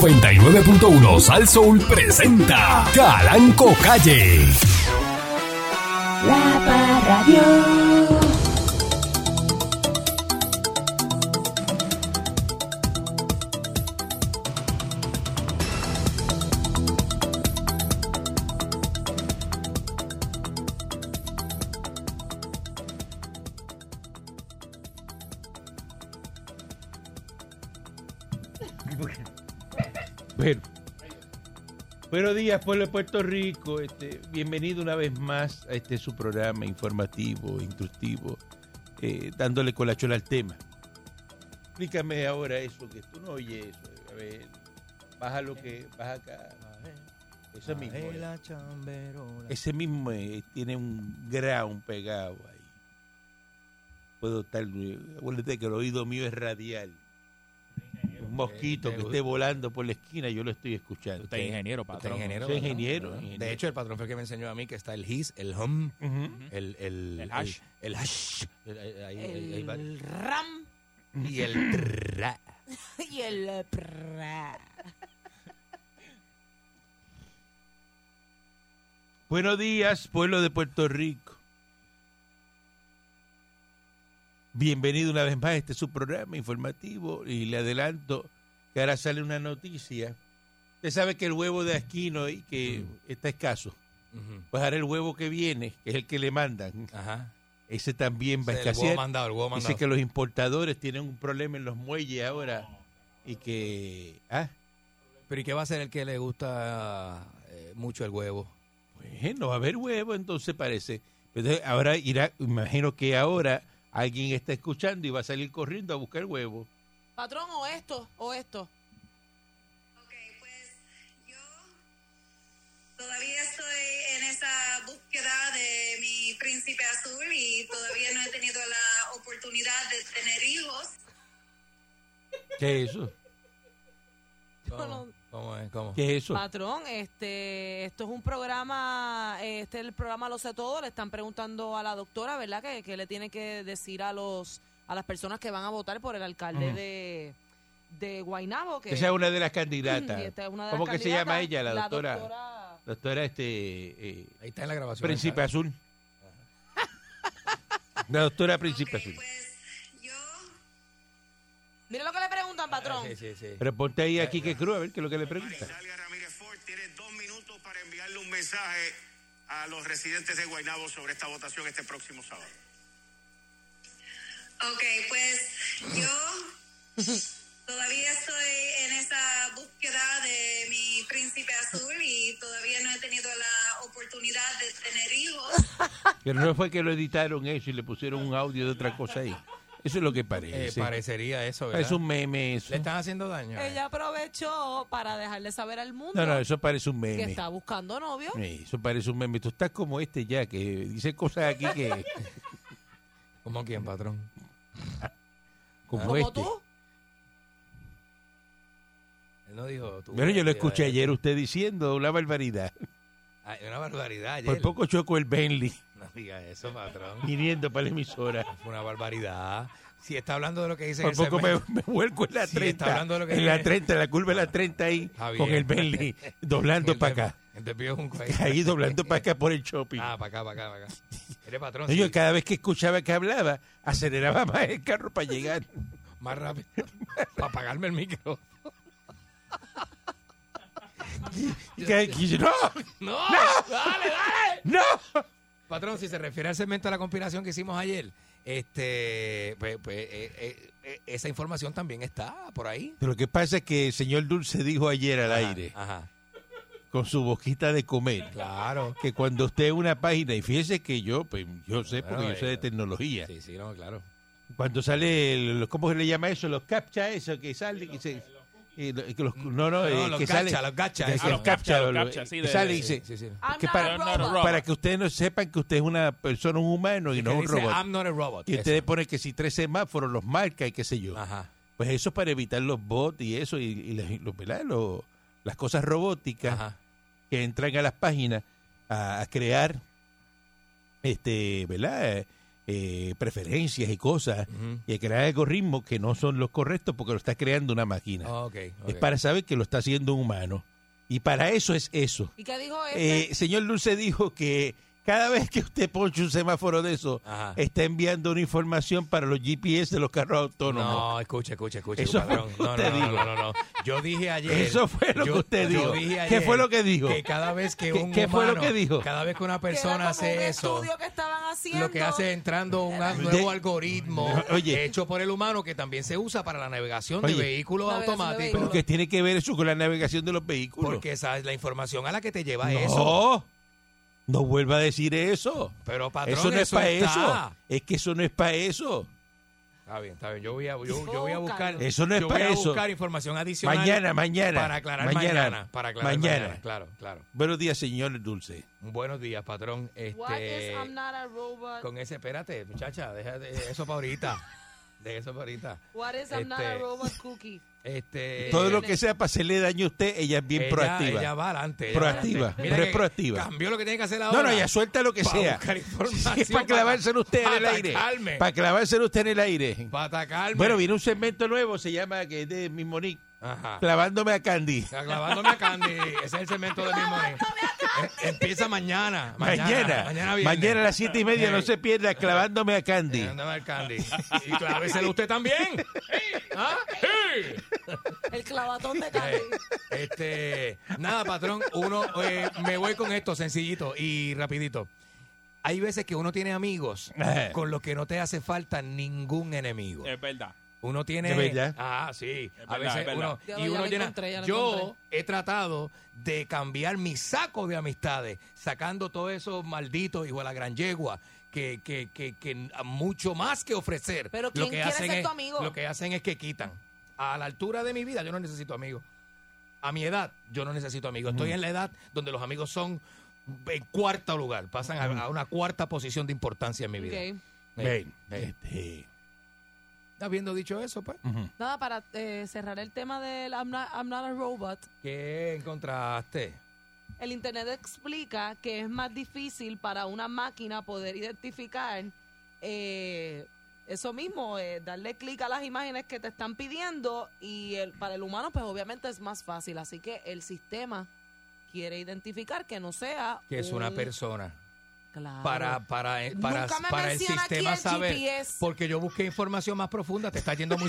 99.1 Sal Soul presenta Calanco Calle. La Parradio. Bueno. Buenos días, pueblo de Puerto Rico. Este, bienvenido una vez más a este su programa informativo, instructivo, eh, dándole colachola al tema. Explícame ahora eso, que tú no oyes eso. A ver, baja lo que, baja acá. Eso mismo. eh. Ese mismo eh, tiene un ground pegado ahí. Puedo estar. eh, Acuérdate que el oído mío es radial. Un mosquito que esté volando por la esquina, yo lo estoy escuchando. Usted es ingeniero, patrón. Usted es ingeniero, Soy ¿verdad? ingeniero, ¿verdad? ingeniero. De hecho, el patrón fue el que me enseñó a mí que está el his, el hum, Ujú. el, el, El hash. El, el hash. El- el- ahí- ahí- ahí va. El ram Y el tra. y el pra. Buenos días, pueblo de Puerto Rico. Bienvenido una vez más a este su programa informativo y le adelanto que ahora sale una noticia. Usted sabe que el huevo de Aquino y que está escaso. Ujú. Ah. Pues ahora el huevo que viene, que es el que le mandan, Ajá. ese también va a el huevo escasear. mandado, el huevo mandado. Dice que los importadores tienen un problema en los muelles ahora y que... Ah, Pero ¿y qué va a ser el que le gusta eh, mucho el huevo? Bueno, Eh, va a haber huevo, entonces parece. Entonces, ahora irá, imagino que ahora alguien está escuchando y va a salir corriendo a buscar huevo. Patrón, o esto, o esto. Ok, pues yo todavía estoy en esa búsqueda de mi príncipe azul y todavía no he tenido la oportunidad de tener hijos. ¿Qué es eso? ¿Cómo, ¿Cómo es? ¿Cómo? ¿Qué es eso? Patrón, este, esto es un programa, este es el programa Lo sé todo, le están preguntando a la doctora, ¿verdad? Que, que le tiene que decir a los a las personas que van a votar por el alcalde de de Guaynabo que Esa es una de las y candidatas. esta es una de las ¿Cómo que se llama candidatas, ella, la doctora? doctora Doctora este eh, Ahí está en la grabación. Príncipe Ahí está. Azul. La doctora Príncipe Ok, Azul. pues yo Mira lo que le preguntan, Ah, patrón. Sí, sí, sí. Pero ponte ahí aquí que cruz a ver qué es lo que le pregunta. Salga Ramírez Ford, tiene dos minutos para enviarle un mensaje a los residentes de Guaynabo sobre esta votación este próximo sábado. Ok, pues yo todavía estoy en esa búsqueda de mi príncipe azul y todavía no he tenido la oportunidad de tener hijos. Pero no fue que lo editaron eso y le pusieron un audio de otra cosa ahí. Eso es lo que Eh, parece. Parecería eso, ¿verdad? es un meme eso. Le están haciendo daño. Ella aprovechó para dejarle saber al mundo No, no, eso parece un que meme. está buscando novio. Eh, Eso parece un meme. Tú estás como este ya, que dice cosas aquí que. ¿Cómo quién, patrón? Como, Como este. tú. Él no dijo tú. Bueno, yo lo Él dijo, escuché eh, ayer usted diciendo una barbaridad. ay, Una barbaridad ayer. Por poco chocó el Bentley No diga eso, patrón. viniendo para la emisora. Fue una barbaridad. Si está hablando de lo que dice Por el poco me, segmento- me vuelco en la Sí, está 30. hablando de lo que en la tiene. 30, en la curva de la 30 ahí, Está con bien. el Bentley, doblando el para de- acá. el de Pío Junco Ahí doblando para acá por el shopping. Ah, para acá, para acá, para acá. Eres patrón. No, sí. yo cada vez que escuchaba que hablaba, aceleraba más el carro para llegar. Más rápido. para apagarme el micro. Y cada vez que dice, ¡No! ¡No! ¡Dale, dale! ¡No! Patrón, si se refiere al segmento de la conspiración que hicimos ayer, este, pues, pues, eh, eh, eh, esa información también está por ahí. Pero lo que pasa es que el señor Dulce dijo ayer al Ajá, aire. Ajá. con su boquita de comer. Claro. Que cuando usted en una página, y fíjese que yo, pues yo sé porque Bueno, yo sé de eh, tecnología. Sí, sí, no, claro. Cuando sale, el- ¿cómo se le llama eso? Los captcha, eso que sale, que se. eh, lo- que los- no, no, eh, los que gacha, sale. los gacha, que- eso. que Ah, los los captcha, captcha, los lo- captcha, sí, que de- sale y sí, dice. Sí, sí. I'm que not para- a not a robot. robot. Para que ustedes no sepan que usted es una persona, un humano y no Que un dice, robot. I'm not a robot. Y este Eso. ustedes ponen que si tres semáforos los marca y qué sé yo. Ajá. Pues eso es para evitar los bots y eso, y, y las- y los- ¿verdad? Los- las cosas robóticas. Ajá. que entran a las páginas a, a crear este verdad Eh, eh, preferencias y cosas Mm. y a crear algoritmos que no son los correctos porque lo está creando una máquina. Ah, Ok, Oh, ok. Es para saber que lo está haciendo un humano. Y para eso es eso. ¿Y qué dijo Eh, este? señor Dulce dijo que cada vez que usted ponche un semáforo de eso, Ajá. está enviando una información para los GPS de los carros autónomos. No, escucha, escucha, escucha, Eso padrón. fue No, lo que no, te no, digo. no, no, no. Yo dije ayer. Eso fue lo que yo usted dijo. dije ¿Qué ayer fue lo que dijo? Que cada vez que ¿Qué- un qué fue lo humano- que dijo? Cada vez que una Que era persona como un hace eso, estudio que estaban haciendo. lo que hace es entrando un a- De- nuevo algoritmo No, oye. hecho por el humano que también se usa para la navegación Oye. de vehículos Navegación de automáticos. Pero que tiene que ver eso con la navegación de los vehículos. Porque esa es la información a la que te lleva no, eso. no vuelva a decir eso. Pero patrón, eso no es para está. eso. Es que eso no es para eso. Está bien, está bien. Yo voy a, yo, yo voy a buscar. Eso no es yo para voy eso. a buscar información adicional. Mañana, mañana. Para aclarar mañana. para aclarar mañana. mañana. Claro, claro. Buenos días, señor Dulce. Buenos días, patrón. What Este, is I'm not a robot? con ese, espérate, muchacha, deja de- eso para ahorita. De eso para ahorita. What is I'm not a este, robot cookie? Este, Todo lo que sea para hacerle daño a usted, ella es bien ella- proactiva. Ella va adelante. ella va Proactiva, adelante. pero es que proactiva. Cambió lo que tiene que hacer ahora. No, no, ya suelta lo que Pa' sea. buscar información Sí, para clavárselo usted en para el aire. atacarme. Para clavárselo usted en el aire. Para atacarme. Bueno, viene un segmento nuevo, se llama que es de mi Monique, Ajá. clavándome a Candy. Está clavándome a Candy. Ese es el cemento de mi mujer. Eh, Empieza mañana. Mañana, Mañana. mañana, viernes. a las siete y media, no Ey. se pierda, clavándome a Candy. Clavándome al Candy. Y cláveselo usted también. ¿Ah? Sí. El clavatón de Candy. Eh, Este, nada, patrón, uno eh, me voy con esto sencillito y rapidito. Hay veces que uno tiene amigos Ajá. con los que no te hace falta ningún enemigo. Es verdad. Uno tiene. ¿De verdad? Ah, sí. verdad, a veces es verdad. uno. Ya y lo- ya uno lo llena- encontré, ya lo yo he tratado de cambiar mi saco de amistades, sacando todos esos malditos, hijo de la gran yegua, que, que, que, que mucho más que ofrecer. Pero lo ¿quién que quiere hacen ser es, tu amigo? Lo que hacen es que quitan. A la altura de mi vida, yo no necesito amigos. A mi edad, yo no necesito amigos. Estoy en la edad donde los amigos son en cuarto lugar, pasan a, a una cuarta posición de importancia en mi vida. Ok. Eh, Ven, eh, este, Habiendo dicho eso, pues. ujú. Nada, para eh, cerrar el tema del I'm not, I'm not a robot, ¿Qué encontraste? el Internet explica que es más difícil para una máquina poder identificar eh, eso mismo, eh, darle clic a las imágenes que te están pidiendo y el- para el humano pues obviamente es más fácil. Así que el sistema quiere identificar que no sea... Que es una un- persona. Claro. Para, para, eh, Ah. para, Nunca me para el menciona aquí sistema el saber. GPS. Porque yo busqué información más profunda, te está yendo muy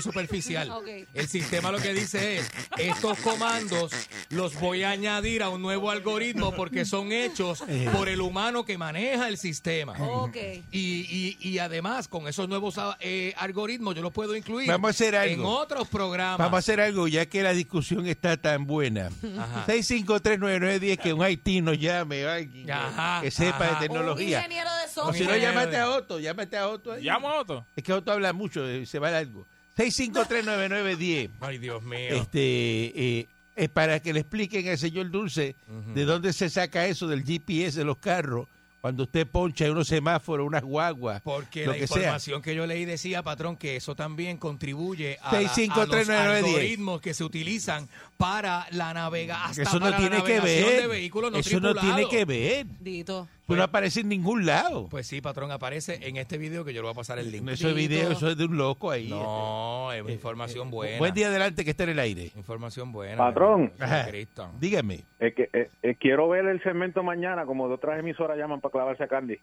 superficial. Ok. El sistema lo que dice es, estos comandos los voy a añadir a un nuevo algoritmo porque son hechos Eh. por el humano que maneja el sistema. Ok. Y, y- y además, con esos nuevos ah, eh, algoritmos, yo los puedo incluir Vamos a hacer algo. en otros programas. Vamos a hacer algo, ya que la discusión está tan buena. Ajá. 6539910, que un haití nos llame, alguien que- Ajá, que sepa ajá. de Un tecnología. ingeniero de O Un software. si no, ingeniero. llámate a Otto, llámate a Otto. ahí. Llamo a otro. Es que Otto habla mucho, eh, se va largo. 6539910. Ay, Dios mío. este eh, es para que le expliquen al señor Dulce de dónde se saca eso del GPS de los carros cuando usted poncha en unos semáforos, unas guaguas, Porque lo la que sea. información que yo leí decía, patrón, que eso también contribuye a, la- Seis, cinco, a los tres, nueve, diez. algoritmos que se utilizan para la navega hasta Eso no para la tiene que navegación ver. de vehículos no eso no tiene tripulados. que ver. Eso Dito. no aparece en ningún lado. Pues sí, patrón, aparece en este video que yo le voy a pasar el link. eso es video, eso es de un loco ahí. Eh, No, es información buena. Buen día adelante que está en el aire. Información buena. Patrón. Ay, Cristo. Dígame. Es que, eh, eh, quiero ver el segmento mañana, como de otras emisoras llaman para clavarse a Candy.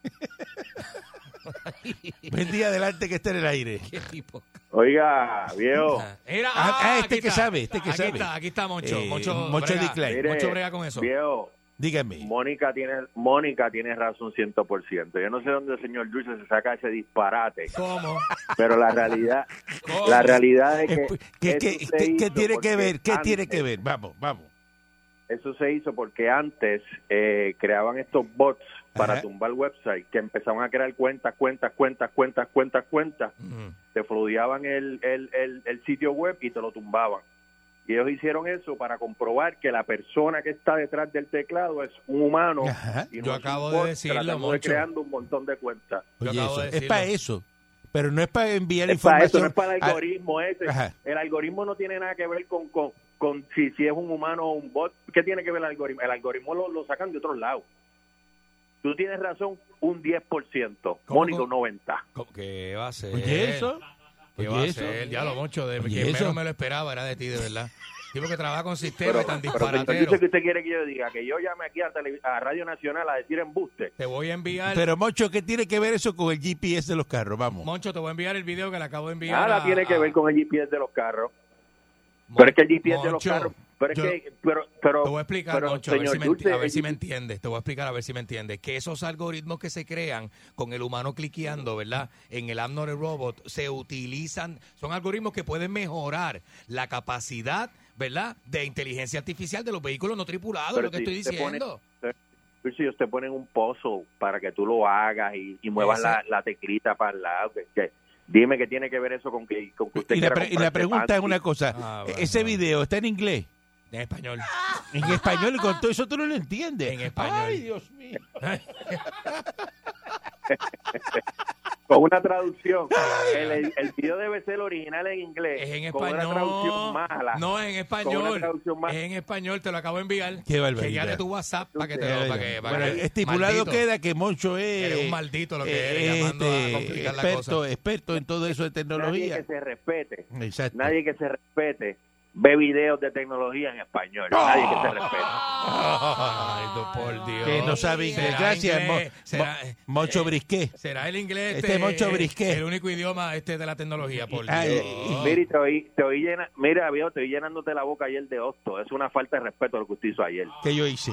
Buen día adelante que está en el aire. Qué tipo. Oiga, viejo. Era, Ah, ah, este aquí que está. sabe, este que aquí sabe. Está, aquí está Moncho. Eh, Moncho, Moncho brega. Decline. Mire, Moncho brega con eso. Viejo, Dígame. Mónica tiene, Mónica tiene razón 100%. Yo no sé dónde el señor Dulce se saca ese disparate, ¿Cómo? pero la realidad, ¿Cómo? la realidad es que... Esp- Eh, pues, ¿Qué, qué- eso se qué- qué hizo tiene que porque ver? ¿Qué tiene que antes- ver? Vamos, vamos. Eso se hizo porque antes eh, creaban estos bots para Ajá. tumbar websites que empezaban a crear cuentas, cuentas, cuentas, cuentas, cuentas, cuentas. Ujú. te flodeaban el, el, el, el sitio web y te lo tumbaban. Y ellos hicieron eso para comprobar que la persona que está detrás del teclado es un humano. Ajá. y no Yo es acabo un de bot decirlo, tratando de Moncho. creando un montón de cuentas. Yo Oye, acabo eso, de es decirlo. para eso. Pero no es para enviar Es para eso, información. Ah, no es para el Ah, a- algoritmo ese. Ajá. El algoritmo no tiene nada que ver con, con, con si, si es un humano o un bot. ¿Qué tiene que ver el algoritmo? El algoritmo lo, lo sacan de otros lados. Tú tienes razón, un 10%. ¿Cómo, Mónico, cómo? 90. Co- ¿Qué va a ser? Oye, eso. ¿Qué Oye, va a eso. ser? Ya lo mucho de Oye, que eso. menos me lo esperaba, era de ti, de verdad. Tipo que trabaja con sistemas y tan Pero entonces disparatero. ¿qué usted quiere que yo diga? Que yo llame aquí a, tele- a Radio Nacional a decir embuste. Te voy a enviar, Pero, Mocho, ¿qué tiene que ver eso con el GPS de los carros? Vamos. Moncho, te voy a enviar el video que le acabo de enviar. Nada a- tiene que a- ver con el GPS de los carros. Mon- Pero es que el GPS de los Moncho, carros. Pero es yo- que. Pero, pero, Te voy a explicar, pero, Moncho, a ver, señor si me, Dulce, enti- a ver el si me GPS entiendes. Te voy a explicar a ver si me entiendes. Que esos algoritmos que se crean con el humano cliqueando, ¿verdad? En el Amnor Robot se utilizan, son algoritmos que pueden mejorar la capacidad, ¿verdad? De inteligencia artificial de los vehículos no tripulados, Pero lo que si estoy te pone- diciendo. Pues, Si ellos te ponen un puzzle para que tú lo hagas y, y muevas Ese- la, la teclita para el lado. que- que- dime que tiene que ver eso con que, con que usted Y la, quiera pre- y la comprarse pregunta pan. es una cosa. E-, Ah, bueno. Ese video está en inglés. En español. Ah. En español, y con todo eso tú no lo entiendes. En español. Ay, Dios mío. Con una traducción. El, el- el video debe ser original en inglés. Es en Con español. una traducción mala. No, es en Con español. una traducción mala. Es en español, te lo acabo de enviar. Qué barbaridad. Chequeate tu WhatsApp para que te lo. Para que, para Bueno, que- estipulado Maldito. queda que Moncho es. Eres un maldito lo que eh, eres, llamando a complicar la experto, cosa. experto en todo eso de Nadie que tecnología. se respete. Exacto. Nadie que se respete ve videos de tecnología en español. Nadie que Ah. se respete. Ay, tú, Ah, por Dios. que no sabe inglés. ¿Será Gracias, Mo- inglés? ¿Será- Mo- Moncho Brisqué. Será el inglés. Este Moncho Brisqué. El único idioma este de la tecnología, por Ah, Dios. eh, Mira, y te oí, te oí llena- mira, viejo, te oí llenándote la boca ayer de Hosto. Es una falta de respeto lo que usted hizo ayer. Que yo hice.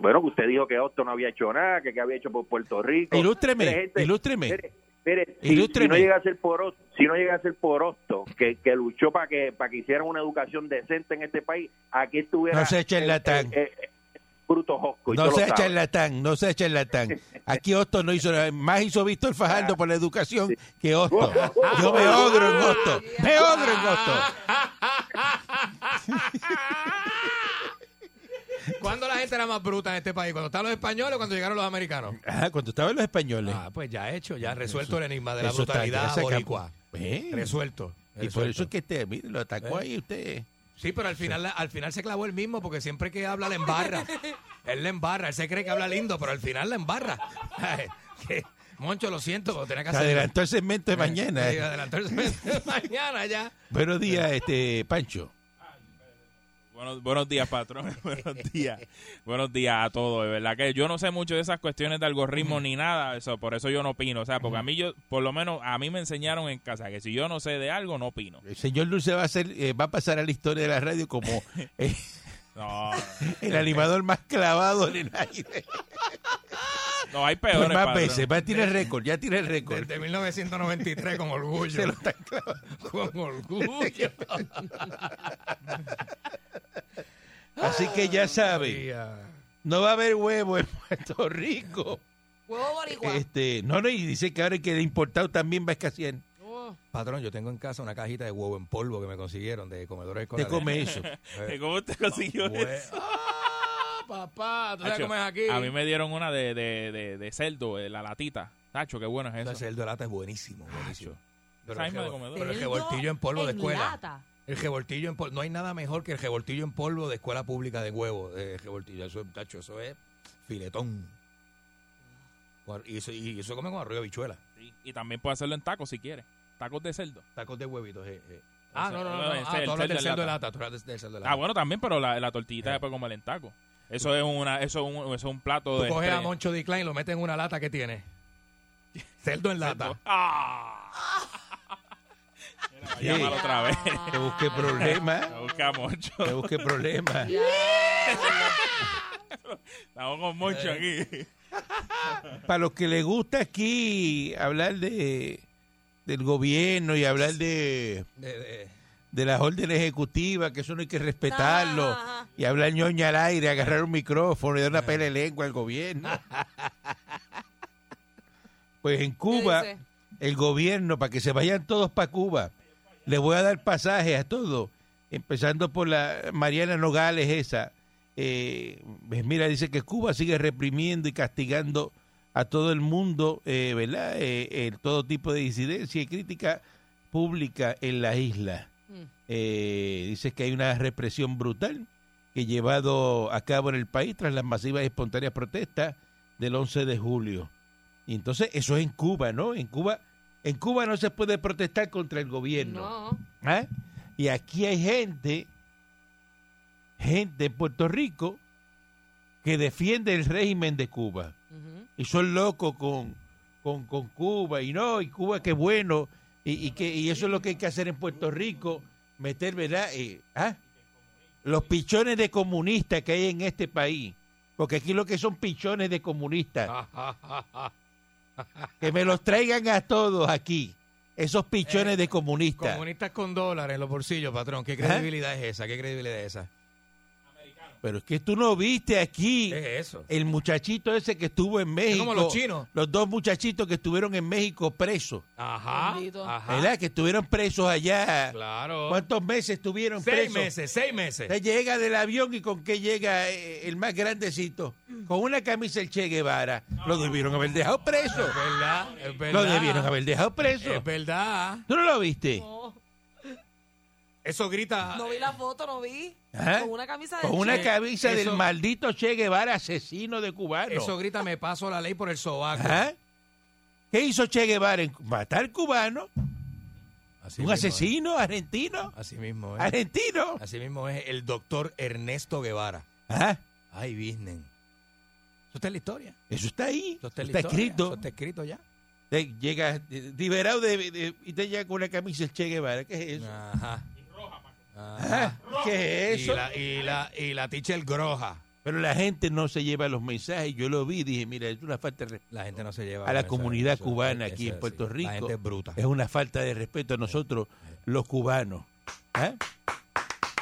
Bueno, que usted dijo que Hosto no había hecho nada, que, que había hecho por Puerto Rico. Ilústreme, Mire, gente, ilústreme. mire, mire, si, Ilústreme. si no llega a ser por Hosto, si no llega a ser por Hosto, que, que luchó para que, para que hicieran una educación decente en este país, aquí estuviera... No sea charlatán. eh, eh, eh, Bruto Hosco. y No tú lo sea sabes. charlatán, no sea charlatán. Aquí Hosto no hizo nada. Más hizo Víctor Fajardo por la educación que Hosto. Yo me ogro en Hosto. Me ogro en Hosto. ¿Cuándo la gente era más bruta en este país? ¿Cuando estaban los españoles o cuando llegaron los americanos? Ah, cuando estaban los españoles. Ah, pues ya hecho, ya resuelto el enigma de la Eso está- brutalidad ya se acabó. boricua. Bien. Resuelto. Y por resuelto. eso es que este, mire, lo atacó ahí usted. Sí, pero al final, al final se clavó el mismo porque siempre que habla la embarra. Él la embarra, él se cree que habla lindo, pero al final la embarra. Que- Moncho, lo siento, pero tenía que Se Eh, hacer. adelantó el segmento de mañana. Sí, adelantó el semestre. mañana ya. Buenos días, este Pancho. Buenos, buenos días, patrón. buenos días. Buenos días a todos. De verdad que yo no sé mucho de esas cuestiones de algoritmos ni nada. Eso, por eso yo no opino. O sea, porque a mí yo, por lo menos, a mí me enseñaron en casa que si yo no sé de algo, no opino. El señor Dulce va a ser, eh, va a pasar a la historia de la radio como eh, No, el animador más clavado en el aire. no hay Por peores. más patrón. veces, va a tirar récord, ya Pues, tiene récord. Desde 1993, con orgullo. Se lo está clavando. Con orgullo. Así que ya sabe, Tía. no va a haber huevo en Puerto Rico. Huevo boricua. Este, no, no, y dice que ahora el que de importado también va a escasear. Oh, Patrón, yo tengo en casa una cajita de huevo en polvo que me consiguieron de comedores Te escolares. Eh, come eso. ¿Cómo te consiguió Hue- eso? Ah, papá, tú sabes Tacho, cómo es aquí. A mí me dieron una de, de, de, de cerdo, eh, la latita. Tacho, qué bueno es Ese eso. cerdo de lata es buenísimo, buenísimo. Pero Esa el, misma de jebol- comedor. pero el cerdo revoltillo en polvo de en escuela. lata. El revoltillo en polvo. No hay nada mejor que el revoltillo en polvo de escuela pública de huevo. De revoltillo. Eso, es- tacho, eso es filetón. Con- Y eso, y eso come con arroz y habichuela. Sí, Y también puedes hacerlo en tacos si quieres. Tacos de cerdo. Tacos de huevitos. eh, eh. Ah, Ah, no, no, no, no. no. ese Ah, es el tú hablas del cerdo en cerdo de lata. Tú hablas del cerdo de lata. Ah, bueno, también, pero la, la tortillita Eh. después comer en taco. Eso es, una, eso, es un, eso es un plato Tú de. coges a estrella. Moncho D. Klein y lo metes en una lata que tiene. Cerdo en lata. ¡Ah! Era, llamar otra vez. Te busqué Me problema, busca Moncho. te busqué problema. Estamos con Moncho aquí. para los que les gusta aquí hablar de del gobierno y hablar de, De- de- de las órdenes ejecutivas, que eso no hay que respetarlo, Ah, Ajá. y hablar ñoña al aire, agarrar un micrófono y dar una pele lengua al gobierno. Pues en Cuba, dice? el gobierno, para que se vayan todos para Cuba, le voy a dar pasaje a todos, empezando por la Mariana Nogales esa. Eh, pues mira, dice que Cuba sigue reprimiendo y castigando a todo el mundo, eh, ¿verdad? Eh, eh, todo tipo de disidencia y crítica pública en la isla. Eh, dice que hay una represión brutal que llevado a cabo en el país tras las masivas y espontáneas protestas del 11 de julio. Y entonces eso es en Cuba, ¿no? En Cuba, en Cuba no se puede protestar contra el gobierno. No. ¿Ah? Y aquí hay gente, gente en Puerto Rico, que defiende el régimen de Cuba. Ujú. Y son locos con, con, con Cuba. Y no, y Cuba qué bueno. Y, y que, y eso es lo que hay que hacer en Puerto Rico, meter, ¿verdad? Eh, ¿ah? Los pichones de comunistas que hay en este país. Porque aquí lo que son pichones de comunistas. Ah. Que me los traigan a todos aquí. Esos Eh, pichones de comunistas. Comunistas con dólares en los bolsillos, patrón. ¿Eh? ¿Qué credibilidad es esa? ¿Qué credibilidad es esa? Pero es que tú no viste aquí ¿Qué es eso? el muchachito ese que estuvo en México. Eh. como los chinos. Los dos muchachitos que estuvieron en México presos. Ajá. Bendito. ajá. ¿Verdad? Que estuvieron presos allá. Claro. ¿Cuántos meses estuvieron Seis presos? meses, seis meses. Usted llega del avión y con qué llega eh, el más grandecito. Con una camisa el Che Guevara. Lo debieron haber dejado preso. Es verdad, es verdad. Lo debieron haber dejado preso. Es verdad. ¿Tú no lo viste? No, Eso grita. no vi la foto, no vi. Ajá. Con una camisa de ¿Eh? Con una Che. camisa Eso- del maldito Che Guevara, asesino de cubanos. Eso grita, me paso la ley por el sobaco. Ajá. ¿Qué hizo Che Guevara? En- Matar cubanos, Así un mismo Ah, es. asesino argentino, Así mismo es. argentino. ¿Ah? Así mismo es el doctor Ernesto Guevara. Ajá. Ay, business. Eso está en la historia. Eso está ahí, Eso está, está, en la historia. Eso escrito. está escrito ya. Te llega eh, liberado de, de- y te llega con una camisa el Che Guevara. ¿Qué es eso? Ah. Ajá. Ajá. ¿Qué es Y eso? la, y la, y la teacher groja. Pero la gente no se lleva los mensajes. Yo lo vi y dije, mira, es una falta de respeto. La gente no se lleva. a la eso, comunidad eso, cubana eso aquí es en Puerto así. Rico. La gente es bruta. Es una falta de respeto a nosotros, los cubanos. ¿Ah?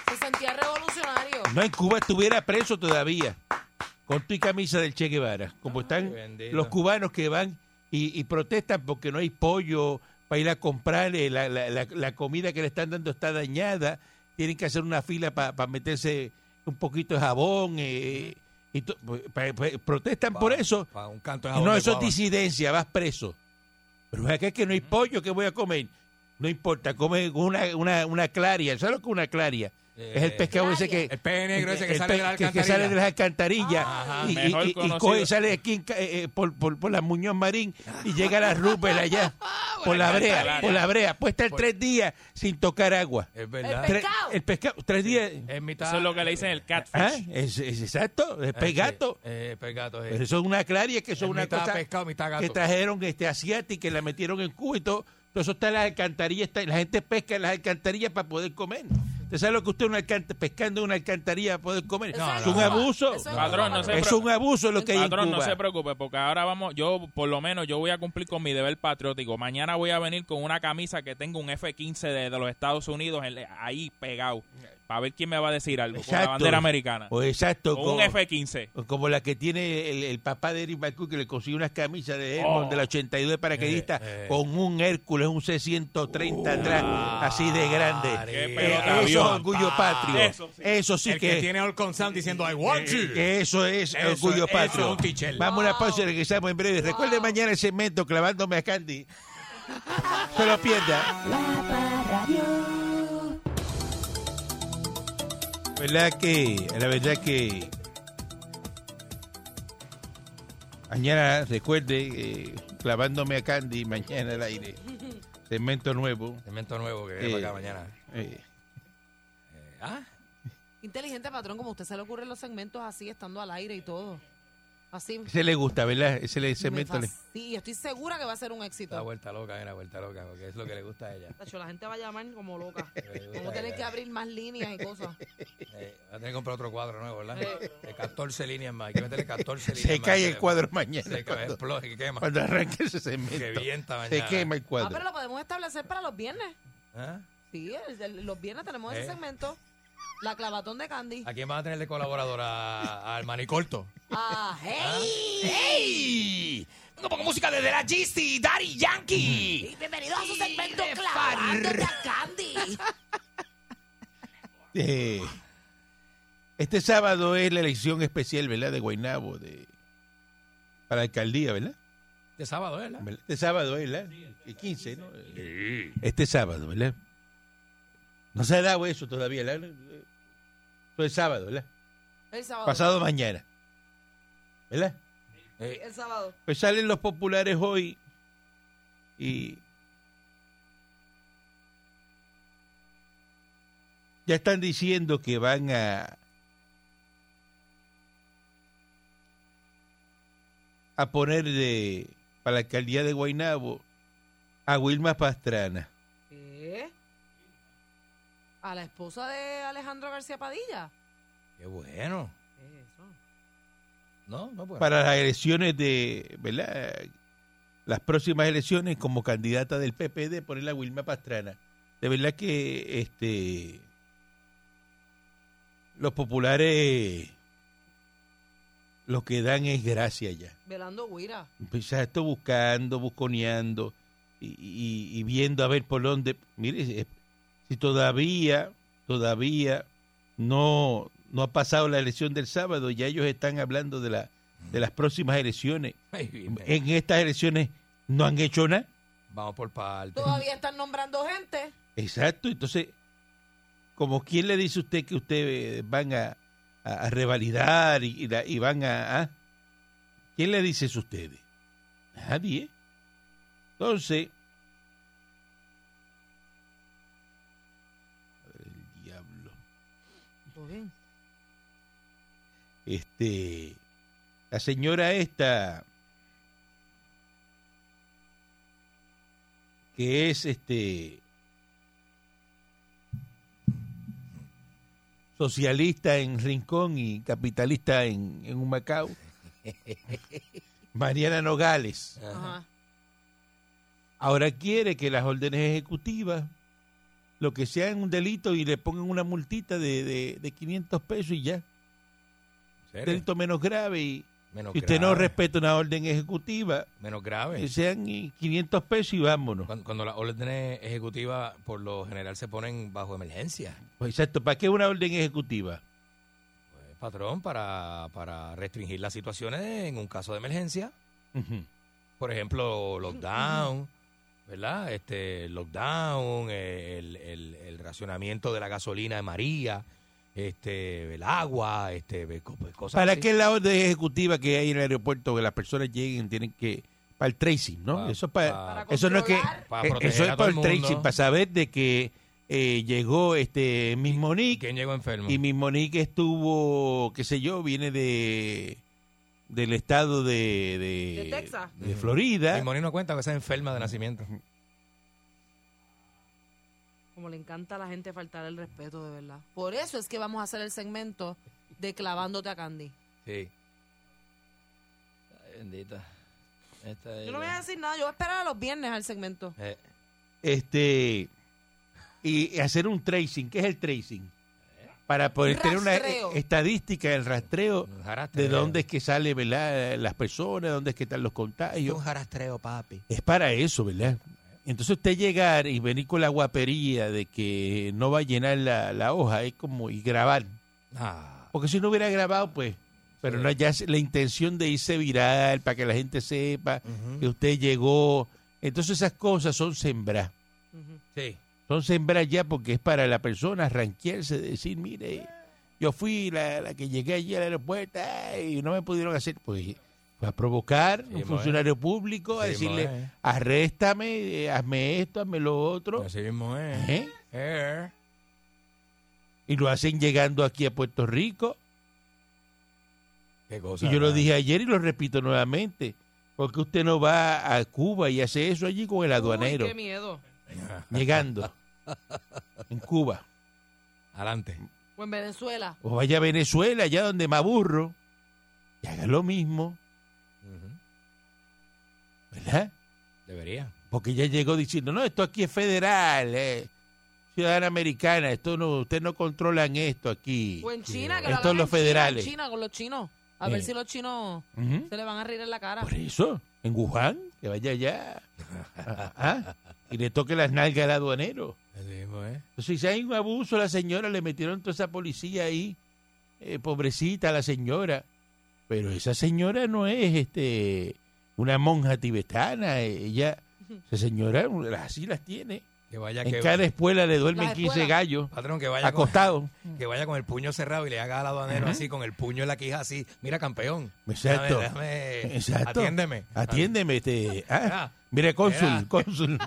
Se sentía revolucionario. No, en Cuba estuviera preso todavía. Con tu y camisa del Che Guevara. Como están bendito. los cubanos que van y, y protestan porque no hay pollo para ir a comprar. eh, La, la- la- la comida que le están dando está dañada. Tienen que hacer una fila para meterse un poquito de jabón. eh, y to- pa- pa- protestan Pa- por eso. pa' un canto de Y jabón no, de eso es guava. disidencia, vas preso. Pero acá es que no hay pollo que voy a comer. No importa, come una, una, una claria. ¿Sabes lo que es una claria? Eh, es el pescado ese que... El pez negro ese que el sale pe- de la que- alcantarilla. Ah, Que sale de las alcantarillas. Ajá. y, y- Mejor y- y conocido. coge, sale aquí en ca- eh, eh, por, por, por la Muñoz Marín y llega a la Rupert allá. por la brea, alcantarilla. por la brea. Puede estar tres días sin tocar agua. Es verdad. El Tres- pescado. el pescado, tres días... eh, Es mitad. Eso es lo que le dicen el ¿Ah? catfish. Es, es exacto, es Eh, sí, pegato. Eh, pegato, Pero eh. Pues eso es una claria, que eso es Es una mitad cosa pescado, mitad gato. que trajeron este asiática y que la metieron en Cuba y todo. Todo eso está en las alcantarillas, está- la gente pesca en las alcantarillas para poder comer. ¿Usted sabe lo que usted una alcanta- pescando en una alcantarilla para poder comer? Eso es en un Cuba. abuso. Eso en Padrón, Cuba. no se es pro- un abuso lo que hay Patrón, en no Cuba. se preocupe, porque ahora vamos, yo por lo menos yo voy a cumplir con mi deber patriótico. Mañana voy a venir con una camisa que tenga un F-15 de, de los Estados Unidos en- ahí pegado, para ver quién me va a decir algo, con Exacto. la bandera americana. O exacto, Con un como, F-15. como la que tiene el, el papá de Eric Balcour que le consiguió unas camisas de Hermon de la 82 de paracaidista Oh. Eh, Uh, eh. con un Hércules, un C-130 atrás, así de grande. Qué Ah, Eh, pelota, eso es avión. orgullo patrio. Eso Eso sí, sí. El que, Eh, que tiene all con sound diciendo I want you. que eso es Eso- orgullo eso patrio. es un tichel. Vamos a una pausa y regresamos en breve. Recuerde mañana el segmento clavándome a Candy. Se lo pierda. ¿Verdad que? La verdad que. Mañana, recuerde, eh, clavándome a Candy, mañana al aire. Segmento nuevo. Elemento nuevo que viene Eh, para acá mañana. eh, ¿Ah? Inteligente patrón, como a usted se le ocurren los segmentos así, estando al aire y todo. Así. ese le gusta, ¿verdad? Ese le- segmento le- Sí, estoy segura que va a ser un éxito. Da vuelta loca, mira, vuelta loca, porque es lo que le gusta a ella. Tacho, la gente va a llamar como loca. Eh, Vamos a tener que abrir más líneas y cosas. Eh, va a tener que comprar otro cuadro nuevo, ¿verdad? De 14 líneas más. Hay que meterle 14 líneas Se más. cae el cuadro mañana. Se cae, cuando- explota, que quema. Cuando arranque ese cemento. Que vienta se mañana. quema el Ah, cuadro. pero lo podemos establecer para los viernes. ¿Ah? Sí, el- el- los viernes tenemos Eh. ese segmento. La clavatón de Candy. ¿A quién vas a tener de colaboradora? Al manicorto. Ah, hey. ¡Ey! Vengo con música desde la G.C. Daddy Yankee. Bienvenidos a su segmento de clavándote a Candy. Eh, este sábado es la elección especial, ¿verdad? De Guaynabo, de, para la alcaldía, ¿verdad? De sábado, ¿verdad? Este sábado es, ¿verdad? El 15, ¿no? Este sábado, ¿verdad? No se ha dado eso todavía, ¿verdad? Eso es sábado, ¿eh? ¿verdad? El sábado. Pasado mañana, ¿verdad? Eh, el sábado. pues salen los populares hoy y ya están diciendo que van a a poner de para la alcaldía de Guaynabo a Wilma Pastrana. ¿Qué? ¿A la esposa de Alejandro García Padilla? Qué bueno. Eso. No, no pues, puedo. para las elecciones de, ¿verdad? Las próximas elecciones como candidata del PPD poner a Wilma Pastrana. De verdad que este los populares lo que dan es gracia ya. Velando Guira. Quizás esto pues buscando, busconeando y, y- y viendo a ver por dónde. Mire, si- si todavía, todavía no, no ha pasado la elección del sábado, ya ellos están hablando de, la, de las próximas elecciones. Ay, bien. En estas elecciones no han hecho nada. Vamos por partes. Todavía están nombrando gente. Exacto, entonces, como quién le dice a usted que ustedes van a, a- a revalidar y, y la- y van a, a- ¿Quién le dice eso a ustedes? Nadie. Entonces... Madre del diablo. Todo bien. Este... La señora esta... Que es este... socialista en Rincón y capitalista en, en Humacao. Mariana Nogales. Ajá. Ahora quiere que las órdenes ejecutivas, lo que sea un delito y le pongan una multita de, de, de 500 pesos y ya. ¿En serio? Delito menos grave y Menos si usted no grave, respeta una orden ejecutiva, Menos grave. que sean y 500 pesos y vámonos. Cuando, cuando las órdenes ejecutivas por lo general se ponen bajo emergencia. Pues exacto, ¿para qué una orden ejecutiva? Pues, patrón, para, para restringir las situaciones en un caso de emergencia. Ujú. Por ejemplo, lockdown, ¿verdad? Este lockdown, el, el- el racionamiento de la gasolina de María, este el agua, este ve- co- pues, cosas ¿Para así. qué la orden ejecutiva que hay en el aeropuerto que las personas lleguen tienen que para el tracing, ¿no? Pa- eso es para, pa- eso no es que controlar. Pa' eh, Ah, proteger eso es a todo para el el tracing mundo. para saber de que eh, llegó este Miss ¿Y Monique quién llegó enfermo? y Miss Monique estuvo, qué sé yo, viene de del estado de de, De Texas. de Florida. Mi no cuenta que esa es enferma de nacimiento. Como le encanta a la gente faltar el respeto, de verdad. Por eso es que vamos a hacer el segmento de clavándote a Candy. Sí. Ay, bendita. Esta es Yo no voy a la- decir nada, yo voy a esperar a los viernes al segmento. Eh, este y hacer un tracing, ¿qué es el tracing? Para poder tener una eh, Rastreo. estadística del rastreo un jarastreo. de dónde es que sale, ¿verdad? Las personas, dónde es que están los contagios. jarastreo, papi. Es para eso, ¿verdad? Entonces usted llegar y venir con la guapería de que no va a llenar la, la hoja es como y grabar. Ah, Porque si no hubiera grabado, pues, pero no ya se- la intención de irse viral para que la gente sepa que usted llegó. Entonces esas cosas son sembrar. sí. Son sembrar ya porque es para la persona ranquearse, decir, mire, yo fui la, la que llegué allí al aeropuerto ay, y no me pudieron hacer. Pues fue a provocar a Sí, un mo, funcionario público, a Sí, decirle, mo, eh. arréstame, eh, hazme esto, hazme lo otro. Así mismo es. ¿eh? Eh. Y lo hacen llegando aquí a Puerto Rico. Qué cosa. Y yo lo más. dije ayer y lo repito nuevamente. Porque usted no va a Cuba y hace eso allí con el aduanero, Uy, qué miedo. llegando en Cuba. Adelante. O en Venezuela. o vaya a Venezuela, allá donde me aburro, y haga lo mismo, Ujú. ¿verdad? Debería. Porque ya llegó diciendo, no, esto aquí es federal, eh, ciudadana americana, esto no, ustedes no controlan esto aquí. O en China, que Estos lo hagan en los China, federales. en China con los chinos. A Sí. ver si los chinos Ujú. se le van a reír en la cara. Por eso, en Wuhan, que vaya allá, ah, ah, y le toque las nalgas al aduanero. Así mismo es. Entonces, si hay un abuso, la señora le metieron toda esa policía ahí, eh, pobrecita la señora. Pero esa señora no es este una monja tibetana, eh, ella, esa señora u- así las tiene. Que vaya, que, En cada espuela le duermen Las 15 espuelas. gallos patrón, que vaya, con, acostados. que vaya con el puño cerrado y le haga al aduanero así, con el puño en la quija así. Mira, campeón. Exacto. Déjame- déjame- Exacto. Atiéndeme. Atiéndeme. Este, ah, Mira, mire, cónsul, mira. cónsul.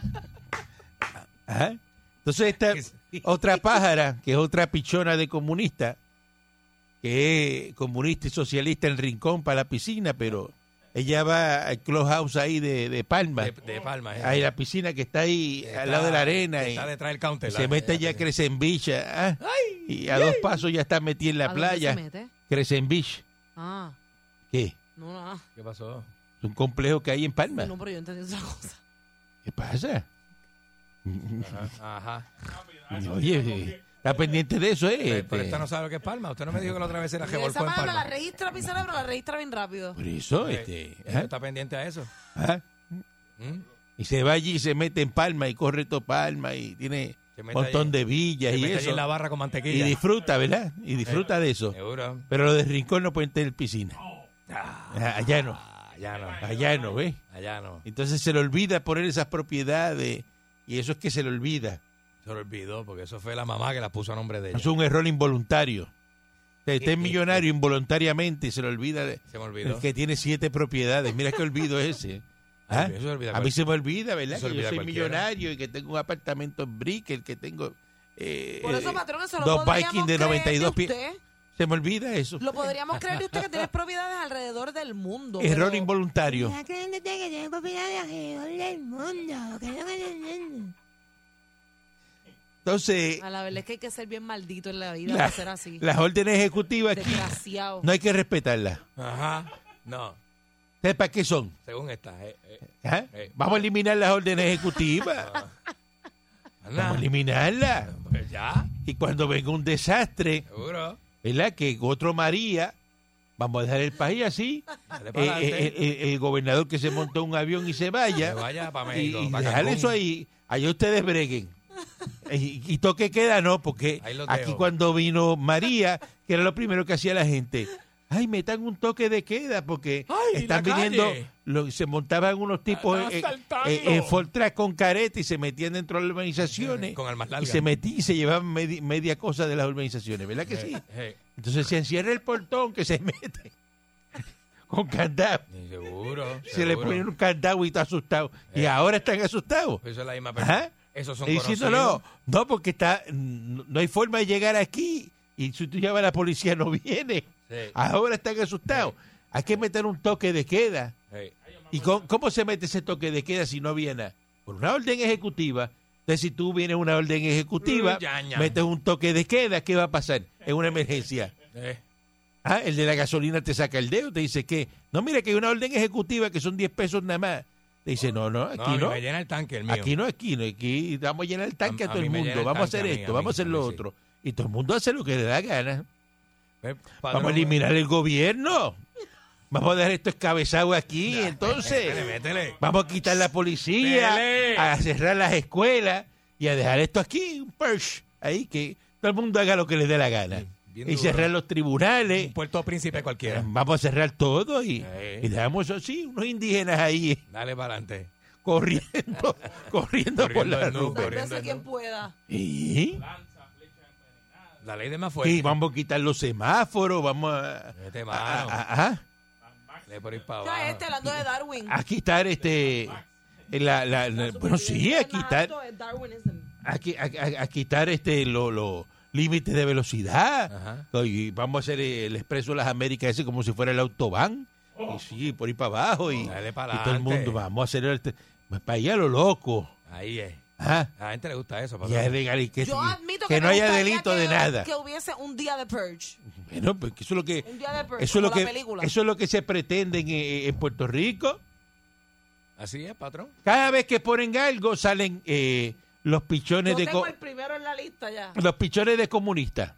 Ajá. Entonces esta otra pájara, que es otra pichona de comunista, que es comunista y socialista en Rincón para la piscina, pero ella va al clubhouse ahí de, de Palma. De, de Palma. eh. Ahí la piscina que está ahí Está- al lado de la arena. Está y- detrás del counter. se la- mete la- ya Crescent Beach. ah, y a dos pasos ya está metida en ¿A la dónde playa. se mete? Crescent Beach. Ah, ¿Qué? no, no. ah. ¿Qué pasó? Es un complejo que hay en Palma. No, pero yo entendí otra cosa. ¿Qué pasa? Ah, Ajá. Ah, Oye, eh, está pendiente de eso, ¿eh? Eh, Pero este. esta no sabe lo que es Palma. Usted no me dijo que la otra vez era Esa revolcó en palabra la Palma. registra mi cerebro, la registra bien rápido. Por eso, Eh, este. ella ¿ah? Está pendiente a eso. ¿ah? ¿Mm? Y se va allí y se mete en Palma y corre todo Palma y tiene Se un mete montón allí. de villas Se y mete allí eso. en la Eh, barra con Y mantequilla. disfruta, ¿verdad? Y disfruta de eso. Seguro. Pero lo de Rincón no pueden tener piscina. Ah, Allá no, Ah, Allá no. allá no, ¿ves? Allá no. Entonces se le olvida poner esas propiedades y eso es que se le olvida. Se lo olvidó porque eso fue la mamá que la puso a nombre de ella. Es un error involuntario. O sea, Eh, Usted es millonario involuntariamente y se le olvida de- Se me olvidó. el que tiene siete propiedades. Mira qué olvido ese. ¿Ah? Eso se olvida A mí cual- se me olvida, ¿verdad? Eso se Que yo olvida soy cualquiera. millonario y que tengo un apartamento en Brickell, que tengo eh, Por eso, patrón, eso lo dos podríamos Vikings de creer 92 de pies. usted. Se me olvida eso. Lo podríamos creer de usted que tiene propiedades alrededor del mundo. Error pero- involuntario. que tiene propiedades alrededor del mundo. Que no me entienden. Entonces, A la verdad es que hay que ser bien maldito en la vida la- para ser así. las órdenes ejecutivas aquí Desgraciado. no hay que respetarlas. Ajá. No. ¿Sabes para qué son? Según esta. eh, eh. ¿Ah? Eh. Vamos a eliminar las órdenes ejecutivas. Vamos a Anda. eliminarlas. Pues ya. Y cuando venga un desastre, Seguro. ¿verdad? Que otro María, vamos a dejar el país así. Dale Eh, para eh, adelante. eh, el, gobernador que se montó un avión y se Que vaya. vaya para y México. y pa' dejar Cancún. eso ahí. Allá ustedes breguen. Eh, Y, y toque queda, no, porque Ahí los aquí dejo. cuando vino María, que era lo primero que hacía la gente. Ay, metan un toque de queda porque Ay, la están calle. viniendo, lo- se montaban unos tipos Están en, asaltando. en- en Fortrack con careta y se metían dentro de las urbanizaciones. Con almas Y largas. se metí y se llevaban medi- media cosa de las urbanizaciones, ¿verdad que sí? Eh, Entonces se encierra el portón que se mete con candado. eh, Seguro. Se le seguro. ponen un candado y está asustado. Y ahora están asustados. Pues Eso es la misma Ajá. persona. Esos son Y diciendo, conocidos. no, no, porque está, no no hay forma de llegar aquí. Y si tú llamas a la policía, no viene. Sí. Ahora están asustados. Hay que meter un toque de queda. Eh, ¿Y con- cómo se mete ese toque de queda si no viene? Por una orden ejecutiva. Entonces, si tú vienes una orden ejecutiva, Mm, ya, ya. metes un toque de queda, ¿qué va a pasar? En una emergencia. eh. Ah, el de la gasolina te saca el dedo, te dice que, no, mira que hay una orden ejecutiva que son 10 pesos nada más. Te dice, no, No, no, a aquí mí no. me llena el tanque el mío. Aquí no, aquí no, aquí vamos a llenar el tanque a, A- a todo el mí me llena mundo, el vamos a tanque hacer a mí, esto, a mí, vamos a hacer a mí lo sí. otro. Y todo el mundo hace lo que le da gana. Eh, Vamos patrón, a eliminar el gobierno. Vamos a dejar esto escabezado eh, aquí, Métele, entonces. métele. Vamos a quitar la policía, Dele. a cerrar las escuelas y a dejar esto aquí, un perch, ahí que todo el mundo haga lo que le dé la gana. bien Y duro. cerrar los tribunales. Un Puerto Príncipe cualquiera. Vamos a cerrar todo y, Eh. y dejamos eso así, unos indígenas ahí eh, Dale para adelante. corriendo, corriendo por Corriendo la en nu, nube. corriendo Sálvese en quien nu. pueda. Y, La ley de más fuerte. y vamos a quitar los semáforos, vamos a, Mete a- a- mano. a- a- ah. Le por ir para abajo. Ya este hablando de Darwin. a quitar este la, la- la- bueno sí, a quitar, Esto es Darwinism. a, qui- a- a- a quitar este los límites de velocidad. Y vamos a hacer el expreso de las Américas ese como si fuera el autobahn. Y sí, por ir para abajo y, Oh. Dale para y todo el mundo adelante. vamos a hacer el este, para allá lo loco. Ahí es. Ajá. A la gente le gusta eso. Ya patrón. es legal y que, Yo admito que, que no me haya gustaría delito que- de nada. Que hubiese un día de purge. Bueno, pues que eso es lo que Un día de purge. eso es lo como que la película. eso es lo que se pretende en, eh, en Puerto Rico. Así es, patrón. Cada vez que ponen algo salen eh, los pichones Yo de tengo co- el primero en la lista ya. los pichones de comunistas.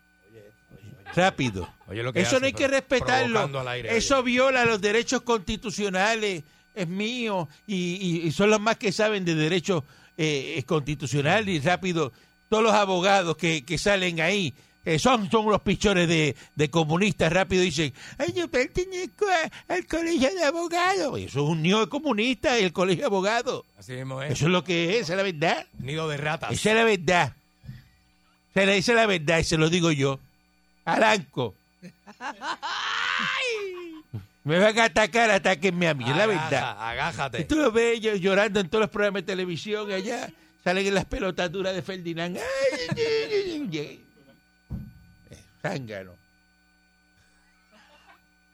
Rápido. Oye, lo que Eso hace, no hay que pero- respetarlo. provocando al aire. Eso viola los derechos constitucionales. Es mío y, y- y son los más que saben de derechos eh, constitucionales y rápido. Todos los abogados que, que salen ahí eh, son, son unos pichones de, de comunistas rápido dicen, ay, yo pertenezco a- al colegio de abogados. Eso es un nido de comunistas, el colegio de abogados. Así mismo es. Eso es lo que es, esa es la verdad. Nido de ratas. Esa es la verdad. Se le dice la verdad y se lo digo yo. Aranco. Me van a atacar, ataquenme a mí, es la Agaja, verdad. Agájate. Y tú lo ves ellos llorando en todos los programas de televisión allá. Salen en las pelotaduras de Ferdinand. Ay, ay, ay, ay, ay. Eh, Zángano.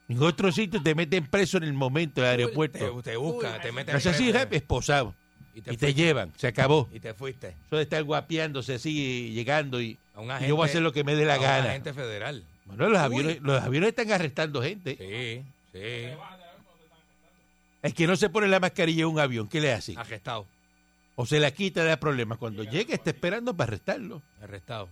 En otro sitio te meten preso en el momento del Te, aeropuerto. te buscan, te meten No es así, preso. rap, esposado. Y te, Y te fuiste. llevan, se acabó. Y te fuiste. Eso de estar guapeándose así, llegando y, A un y agente- yo voy a hacer lo que me dé la a un gana. agente federal. Bueno, los aviones, los aviones están arrestando gente. Sí, sí. Es que no se pone la mascarilla en un avión, ¿qué le hace? Arrestado. O se la quita, le da problemas. Cuando llegue, está esperando para arrestarlo. Arrestado.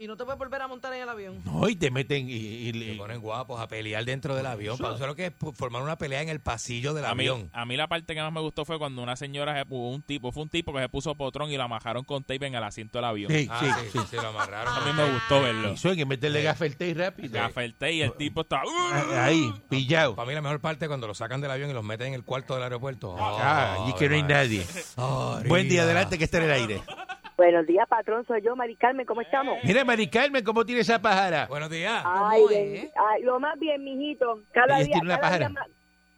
Y no te puedes volver a montar en el avión. No, y te meten y, y- Se y- ponen guapos a pelear dentro del avión. Para eso es lo que es pu- formar una pelea en el pasillo del A mí, avión. a mí la parte que más me gustó fue cuando una señora, se, pu- un tipo, fue un tipo que se puso potrón y la amajaron con tape en el asiento del avión. Sí, Ah, sí, sí, sí, lo amarraron. A mí me gustó verlo. Eso hay que meterle gafel tape rápido. Café y el tipo está... Ah, Ahí, pillado. Para mí la mejor parte es cuando los sacan del avión y los meten en el cuarto del aeropuerto. Ah, y que no hay nadie. Buen día, adelante que está en el aire. Buenos días, patrón. Soy yo, Mari Carmen. ¿Cómo estamos? Mira, Mari Carmen, ¿cómo tiene esa pájara? Buenos días. Ah, Ay, ¿Cómo ben- es? ay, lo más bien, mijito. Cada Ella día, tiene una cada pájara. Ah, día más-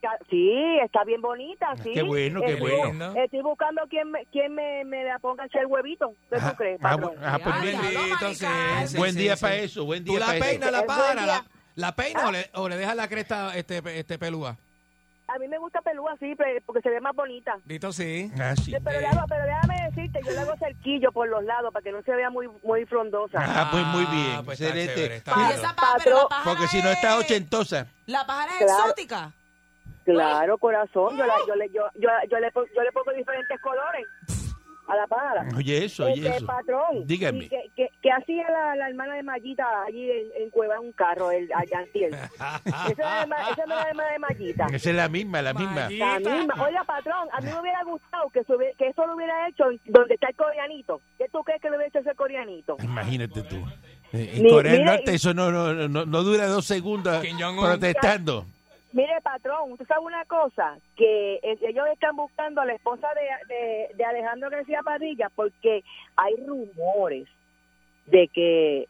ca- sí, está bien bonita, sí. Qué bueno, qué Estoy- bueno. lindo. Estoy buscando quién me, quién me, me la ponga a echar huevito. ¿Qué Ajá. tú crees, Ah, patrón? bu- ah, pues Ay, bien. ya lo- Buen día para eso, buen ¿Tú día la para eso. peinas, la Es buen pájara? ¿La, día. la peinas o Ah. le, o le dejas la cresta este, este pelúa? A mí me gusta pelúa así, pe- porque se ve más bonita. Dito sí. Ah, sí. Sí, Pero, le hago- pero déjame decirte, yo le hago cerquillo por los lados para que no se vea muy muy frondosa. Ah, pues muy Ah, bien, pues está chévere, excelente. está Y Claro. esa pa- pero la Patrón, pájara Porque si no está es- ochentosa. La pájara es Claro. exótica. Claro, corazón, yo, la- yo, le, yo, yo, yo le, pon- yo le pongo diferentes colores a la pájara. Oye eso, Este, oye eso. patrón, Dígame. ¿y ¿Qué, qué, qué hacía la, la hermana de Mayita allí en, en Cueva en un carro, el, allá antier? Esa era la herma- esa era la hermana de Mayita. Esa es la misma, la misma. La misma. Oiga, patrón, a mí me hubiera gustado que, se hubie- que eso lo hubiera hecho donde está el coreanito. ¿Qué tú crees que lo hubiera hecho ese coreanito? Imagínate tú. Eh, En Ni- Corea del mira, Norte y- eso no, no, no, no dura dos segundos Kim Jong-un. protestando. Mire, patrón, ¿usted sabe una cosa? Que eh, ellos están buscando a la esposa de, de, de Alejandro García Padilla porque hay rumores de que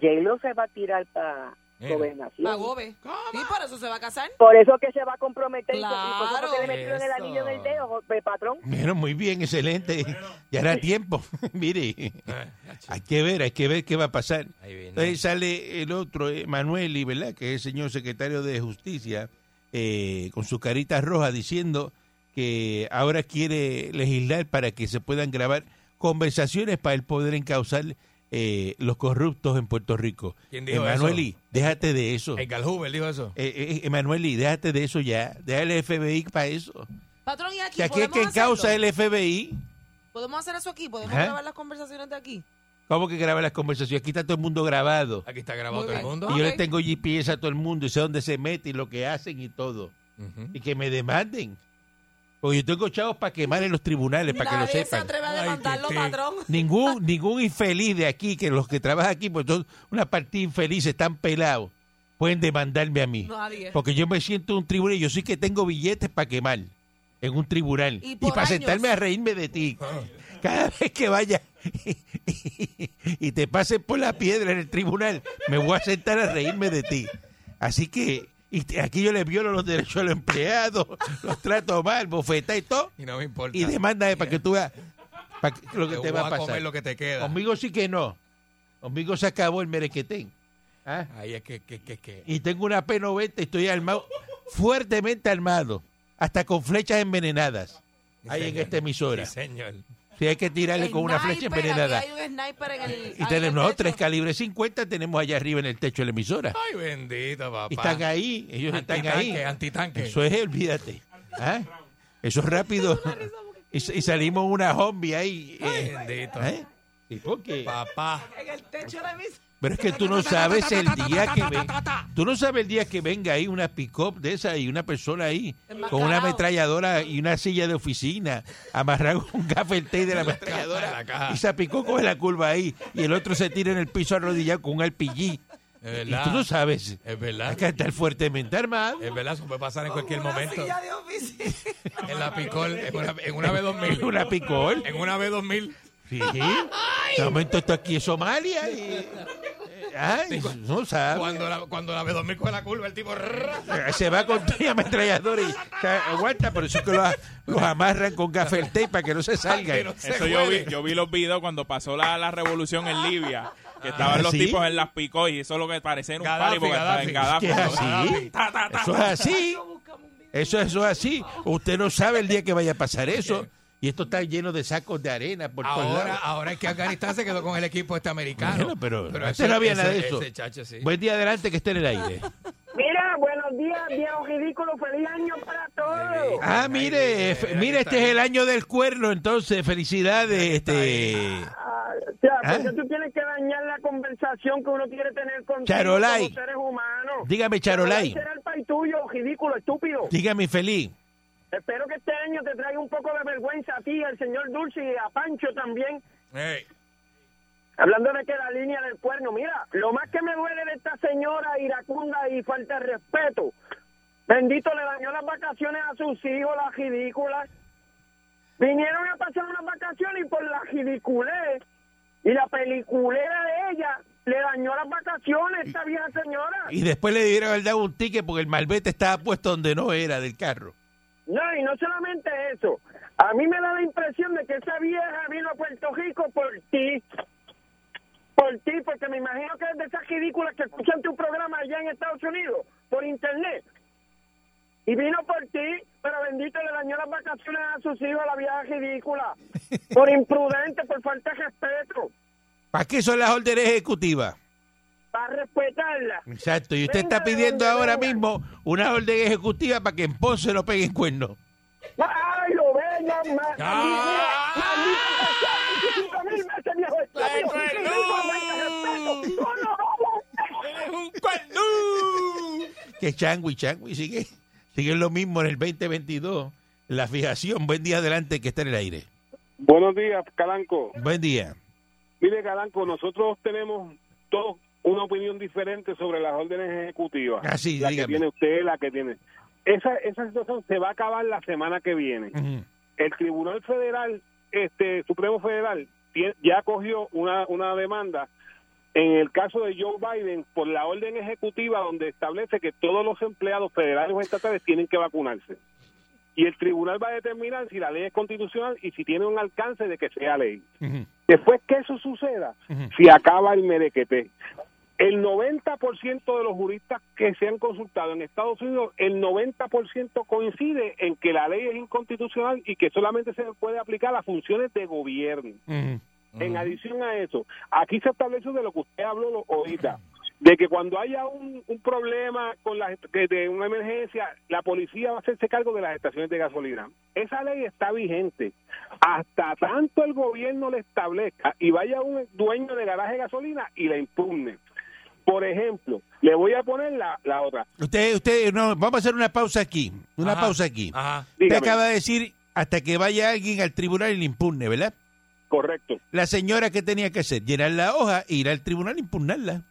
J-Lo se va a tirar para Mira. gobernación. La gobe. Y por eso se va a casar. Por eso que se va a comprometer y por- y por Claro. eso que le metieron el Eso. anillo en el dedo, jo- eh, patrón. Bueno, muy bien, excelente. Ya era tiempo. Mire, Ah, hay que ver, hay que ver qué va a pasar. Ahí viene. Entonces sale el otro, eh, Manueli, ¿verdad? Que es el señor secretario de Justicia, eh, con su carita roja, diciendo que ahora quiere legislar para que se puedan grabar conversaciones para el poder encauzar eh, los corruptos en Puerto Rico. ¿Quién dijo Emanueli, déjate de eso. El Galhuber dijo eso. Eh, eh, Emanueli, déjate de eso ya. Deja el FBI para eso. Patrón, y aquí. Que aquí es ¿podemos que encausa hacerlo? el FBI. ¿Podemos hacer eso aquí? ¿Podemos Ajá. grabar las conversaciones de aquí? ¿Cómo que graba las conversaciones? Aquí está todo el mundo grabado. Aquí está Muy grabado todo el bien. mundo. Y yo le Ok. tengo GPS a todo el mundo y sé dónde se mete y lo que hacen y todo. Ujú. Y que me demanden. Porque yo tengo chavos para quemar en los tribunales, para que lo Nadie se sepan. atreve a Ay, demandarlo, tete. patrón. Ningún, ningún infeliz de aquí, que los que trabajan aquí, pues son una partida infeliz, están pelados, pueden demandarme a mí. Nadie. Porque yo me siento en un tribunal y yo sí que tengo billetes para quemar en un tribunal. Y Y, por para años. sentarme a reírme de ti. Cada vez que vaya y te pasen por la piedra en el tribunal, me voy a sentar a reírme de ti. Así que y te- aquí yo le violo los derechos a los empleados, los trato mal, bofetas y todo. Y no me importa. Y demanda para que tú veas para que- lo que voy te va a comer pasar. lo que te queda. Conmigo sí que no. Conmigo se acabó el merequetén. ¿Ah? Ahí es que, que, que, que. y tengo una P90 y estoy armado, fuertemente armado, hasta con flechas envenenadas. Ahí en señor. esta emisora. Sí, señor. Si hay que tirarle con una flecha Sniper, aquí envenenada. Hay un sniper en el. Y ahí en el tenemos no, techo. tres calibres 50 tenemos allá arriba en el techo de la emisora. Ay, bendito, papá. Y están ahí, ellos están ahí. Antitanque, antitanque. Eso es, olvídate. ¿Ah? Eso es rápido. Y, y salimos una zombie ahí. Ay, eh, bendito. ¿eh? ¿Y por qué? Papá. En el techo de mis. Pero es que tú no sabes el día que ve- tú no sabes el día que venga ahí una pick-up de esa y una persona ahí con una ametralladora y una silla de oficina amarrado con un gaffeté de la ametralladora y se picó con la curva ahí y el otro se tira en el piso arrodillado con un alpillí. Es Y verdad. tú no sabes. Es verdad. Hay que estar fuertemente armado. Es verdad, eso puede pasar en cualquier momento. de oficina. En la picol, en una, en una B2000. Una picol. En una B2000. Sí. De momento esto aquí es Somalia. y- eh, ay, no sabes. Cuando la, cuando la B2000 coge la curva, el tipo... rrr, Eh, Se va con tres ametralladores. y- o sea, Aguanta, por eso es que los, los amarran con gaffer tape para que no se que no salgan. se Eso yo vi, huele. yo vi los videos cuando pasó la, la revolución en Libia, que estaban los Ah, ¿sí? tipos en las picó y eso es lo que parecía era un Gaddafi, party porque estaba en Gaddafi. ¿Qué es así? Eso es así. Eso, eso es así. Usted no sabe el día que vaya a pasar eso. Y esto está lleno de sacos de arena por todos Eh, Ahora, ah, lados. ahora es que Afganistán se quedó con el equipo este americano. Bueno, pero, antes no había nada de eso. Ese chacho, sí. Ah, Buen día adelante que esté en el aire. Mira, buenos días, viejo ridículo, feliz año para todos. Ah, mire, fe- mire, este es el año del cuerno, entonces felicidades. Este, Ah, o sea, Ah. ¿por qué tú tienes que dañar la conversación que uno quiere tener con Charolay. como seres humanos? dígame, Charolay, Será el país tuyo, ridículo, estúpido. dígame feliz. Espero que este año te traiga un poco de vergüenza a ti, al señor Dulce y a Pancho también. Ey, Hablando de que la línea del cuerno, mira, lo más que me duele de esta señora iracunda y falta de respeto. Bendito, le dañó las vacaciones a sus hijos, las ridículas. Vinieron a pasar unas vacaciones y por la ridiculez y la peliculera de ella le dañó las vacaciones a esta vieja señora. Y después le dieron haber dado un ticket porque el malvete estaba puesto donde no era del carro. No, y no solamente eso. A mí me da la impresión de que esa vieja vino a Puerto Rico por ti. Por ti, porque me imagino que es de esas ridículas que escuchan tu programa allá en Estados Unidos, por internet. Y vino por ti, pero bendito le dañó las vacaciones a sus hijos, la vieja ridícula. Por imprudente, por falta de respeto. ¿Para qué son las órdenes ejecutivas? Para respetarla. Exacto, y usted está pidiendo ahora mismo una orden ejecutiva para que en Ponce lo peguen cuerno. ¡Ay, lo vengan! ma- Ah. ¡Maldito sea, 25.000 veces, viejo estúpido! ¡Ay, ¡Tú no robas! ¡Es un cuernú! Que Changui, Changui sigue, sigue lo mismo en el 2022. La fijación, buen día adelante que está en el aire. Buenos días, Calanco. Buen día. Mire, Calanco, nosotros tenemos todos una opinión diferente sobre las órdenes ejecutivas. Ah, sí, la dígame. que tiene usted, la que tiene. Esa, esa situación se va a acabar la semana que viene. Ujú. El Tribunal Federal, este Supremo Federal, tie- ya cogió una, una demanda en el caso de Joe Biden por la orden ejecutiva donde establece que todos los empleados federales o estatales tienen que vacunarse. Y el tribunal va a determinar si la ley es constitucional y si tiene un alcance de que sea ley. Ujú. Después que eso suceda, Ujú. se acaba el merequete. El 90% de los juristas que se han consultado en Estados Unidos, el 90% coincide en que la ley es inconstitucional y que solamente se puede aplicar a funciones de gobierno. Ujú. En adición a eso, aquí se establece de lo que usted habló lo- ahorita, de que cuando haya un, un problema con la, de, de una emergencia, la policía va a hacerse cargo de las estaciones de gasolina. Esa ley está vigente. Hasta tanto el gobierno le establezca y vaya un dueño de garaje de gasolina y la impugne. Por ejemplo, le voy a poner la, la otra. Usted, usted, no, vamos a hacer una pausa aquí. Una Ajá, pausa aquí. Ajá. Usted Dígame. acaba de decir hasta que vaya alguien al tribunal y le impugne, ¿verdad? Correcto. La señora que tenía que hacer, llenar la hoja e ir al tribunal e impugnarla.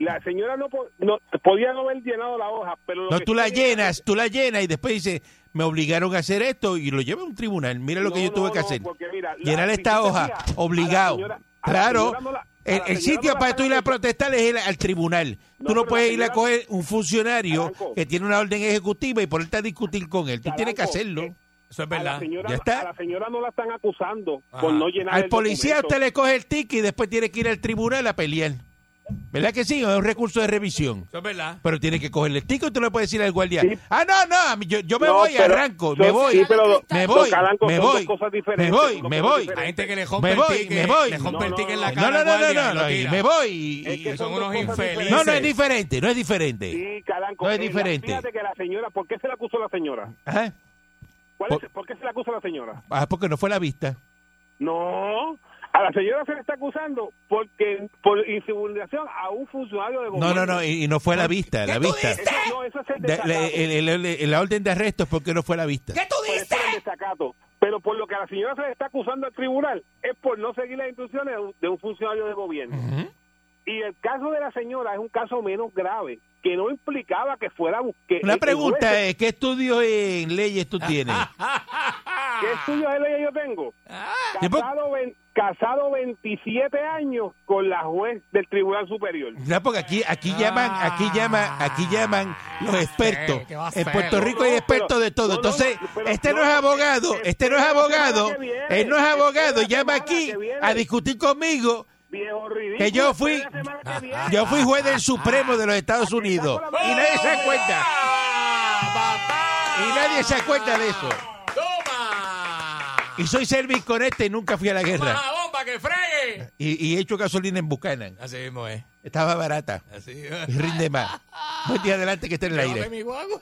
La señora no, po- no- podía no haber llenado la hoja, pero... lo No, que tú la está llenando- llenas, tú la llenas y después dice, me obligaron a hacer esto y lo lleva a un tribunal. Mira lo que No, yo tuve no, que no, hacer. porque mira, la Llenar esta visita hoja, mía a la obligado. señora- a la claro. señora no la- a el, la el señora sitio no la para tú ir a sacan de- protestar es el- al tribunal. No, tú no pero puedes la ir a señora- coger un funcionario Caranco. que tiene una orden ejecutiva y ponerte a discutir con él. Tú tienes que Caranco, hacerlo. eh, Eso es a la verdad. señora, Ya está. a la señora no la están acusando Ajá. por no llenar Al el policía documento. usted le coge el ticket y después tiene que ir al tribunal a pelear. ¿Verdad que sí? Es un recurso de revisión. Eso es verdad. Pero tiene que cogerle el ticket y tú le puedes decir al guardia, Sí. ah, no, no, a mí- yo, yo me No, voy, pero arranco, son- me voy, sí, pero- me son voy, calancos, me son dos voy, cosas me diferentes, voy, son dos me cosas voy. Hay diferentes. gente que le rompe Me el voy, ticket. me voy. Le rompe No, el no, ticket en no, la no. cara. No, no, al no, no, guardia no, y lo no, y tira. me voy. y- Es que y- Son son unos dos cosas infelices. no, no es diferentes. diferente, no es diferente. Sí, Calanco, No es eh, la- diferente. Fíjate que la señora, ¿por qué se la acusó la señora? Ajá. ¿Cuál Por- es- ¿Por qué se la acusa la señora? Ah, porque no fue la vista. No, A la señora se le está acusando porque por insubordinación a un funcionario de No, gobierno. no, no, y, y no fue la vista, la vista. Eso, no, eso es el De- desacato. la, el- el- el- la orden de arresto es porque no fue la vista. tú dices? Por eh. el desacato. Pues Pero por lo que a la señora se le está acusando al tribunal es por no seguir las instrucciones de un, de un funcionario de gobierno. Y el caso de la señora es un caso menos grave, que no implicaba que fuera a busque- Una el- el pregunta eh. juez- es, ¿qué estudio en leyes Ah, tú tienes? ¿Qué estudios de ley yo tengo? Ah. Tiempo- Casado, ven- casado 27 años con la juez del Tribunal Superior. No, porque aquí, aquí llaman, aquí llaman, aquí llaman los expertos. Ah, ¿qué va a En ser? Puerto Rico hay No, expertos pero- de todo. no, no, Entonces, pero- este no no, es abogado, este no es abogado, que viene, él no es espera abogado, la llama semana aquí que viene. a discutir conmigo Viejo ridículo. que pues, yo fui, espera la semana que viene. yo fui juez del Supremo de los Estados Unidos y nadie se acuerda. Y nadie se acuerda de eso. Y soy service con este y nunca fui a la guerra. ¡Más bomba que fregue! Y, y he hecho gasolina en Buchanan. Así mismo es. Estaba barata. Así Y rinde más. Buen día adelante que esté en el Llévame aire. mi guagua.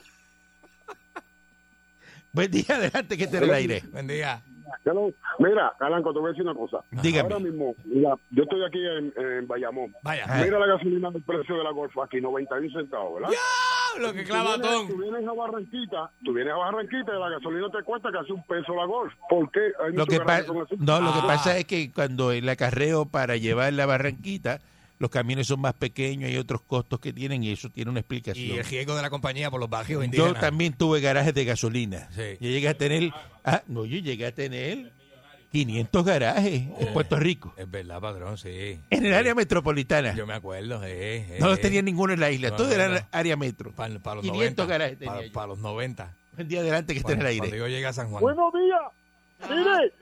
Buen día adelante que esté en el aire. Buen día. Hello. Mira, Alanco, te voy a decir una cosa. Dígame. Ahora mismo, mira, yo estoy aquí en, en Bayamón. Vaya. Ah. Mira la gasolina del precio de la Golf aquí, 91 centavos, ¿verdad? ¡Diablo, qué Tú clavatón! vienes- Tú vienes a Barranquita, tú vienes a Barranquita y la gasolina te cuesta casi un peso la Golf. ¿Por qué? Hay Lo mucho que pa- garaje con azúcar. no, lo que pasa es que cuando el acarreo para llevar la barranquita, los camiones son más pequeños, hay otros costos que tienen y eso tiene una explicación. Y el riesgo de la compañía por los bajos Yo indígenas. también tuve garajes de gasolina. Sí. Yo llegué a tener, ah, no, yo llegué a tener 500 garajes en Puerto Rico, Es verdad, patrón, Eh. sí. en el área metropolitana. Yo me acuerdo, eh, eh, No los eh. tenía ninguno en la isla, No, todo no, era no. área metro. Para para los 500 garajes 90. tenía Para yo. los 90. Buen día adelante que esté en el Cuando- aire. Cuando yo llegué a San Juan. Buenos días. Mire,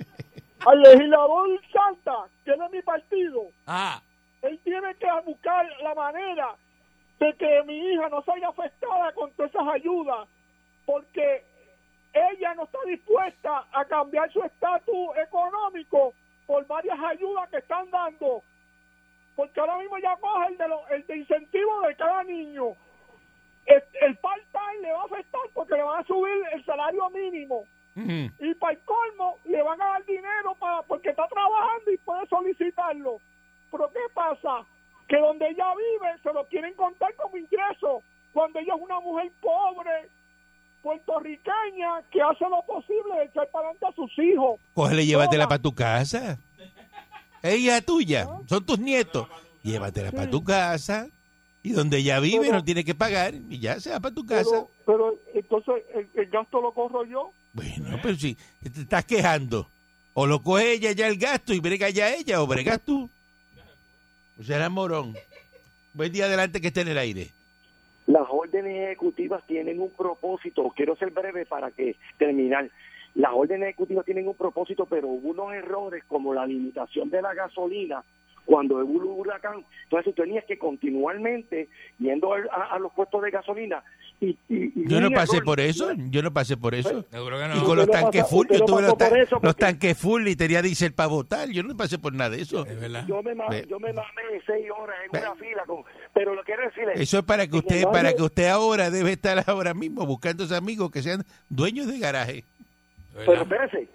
al legislador Santa, que es de mi partido, Ah, él tiene que buscar la manera de que mi hija no salga afectada con todas esas ayudas, porque ella no está dispuesta a cambiar su estatus económico por varias ayudas que están dando. Porque ahora mismo ya coge el de, lo- el de incentivo de cada niño. El, el part-time le va a afectar porque le van a subir el salario mínimo. Y para el colmo, le van a dar dinero para porque está trabajando y puede solicitarlo. Pero ¿qué pasa? Que donde ella vive se lo quieren contar como ingreso. Cuando ella es una mujer pobre, puertorriqueña, que hace lo posible de echar para adelante a sus hijos. Cógele, llévatela para tu casa. Ella es tuya, son tus nietos. Llévatela para tu casa. Y donde ella vive no tiene que pagar y ya se va para tu casa. Pero, pero entonces el, el gasto lo corro yo. bueno, pero si te estás quejando, o lo coge ella ya el gasto y brega ya ella, o bregas tú. O será morón. Buen día adelante que esté en el aire. Las órdenes ejecutivas tienen un propósito. Quiero ser breve para que terminar. Las órdenes ejecutivas tienen un propósito, pero hubo unos errores como la limitación de la gasolina cuando hubo un huracán. Entonces tú tenías que continuamente yendo al- a, a los puestos de gasolina. Y, y- y Yo no un pasé error. por eso, yo no pasé por eso. no. Y con Usted los no tanques pasó- full, usted yo no tuve los, pasó por tan- eso, los tanques full y tenía diésel para votar. Yo no pasé por nada de eso. Yo me, ma- Ve- yo me mamé seis horas en Ve- una fila, con- pero lo quiero decir Eso es para que usted, para que usted ahora debe estar ahora mismo buscando a sus amigos que sean dueños de garaje. Pero espérese,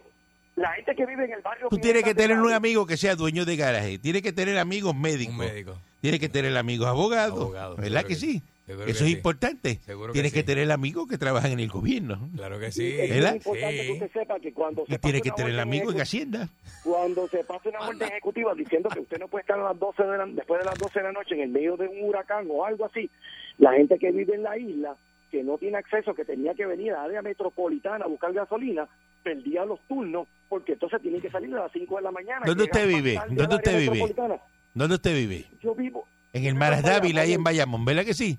la gente que vive en el barrio... Tú tienes que tener un amigo que sea dueño de garaje, tienes que tener amigos médicos, tienes que tener amigos abogados, ¿verdad que, sí? Eso que es sí. importante. Seguro que tienes que sí. tener amigos que trabajan en el gobierno. Claro que sí. Es ¿Verdad? muy importante que usted sepa que cuando Y se tienes pase que una tener orden amigos en ejecu- Hacienda. Cuando se pase una orden ejecutiva diciendo que usted no puede estar a las 12 de la- después de las 12 de la noche en el medio de un huracán o algo así, la gente que vive en la isla, que no tiene acceso, que tenía que venir a área metropolitana a buscar gasolina, perdía los turnos porque entonces tiene que salir a las 5 de la mañana. ¿Dónde Llegar usted más vive? tarde ¿Dónde al área usted vive? metropolitana. ¿Dónde usted vive? Yo vivo. En el Maras Dávila, ahí en Bayamón, ¿verdad que sí?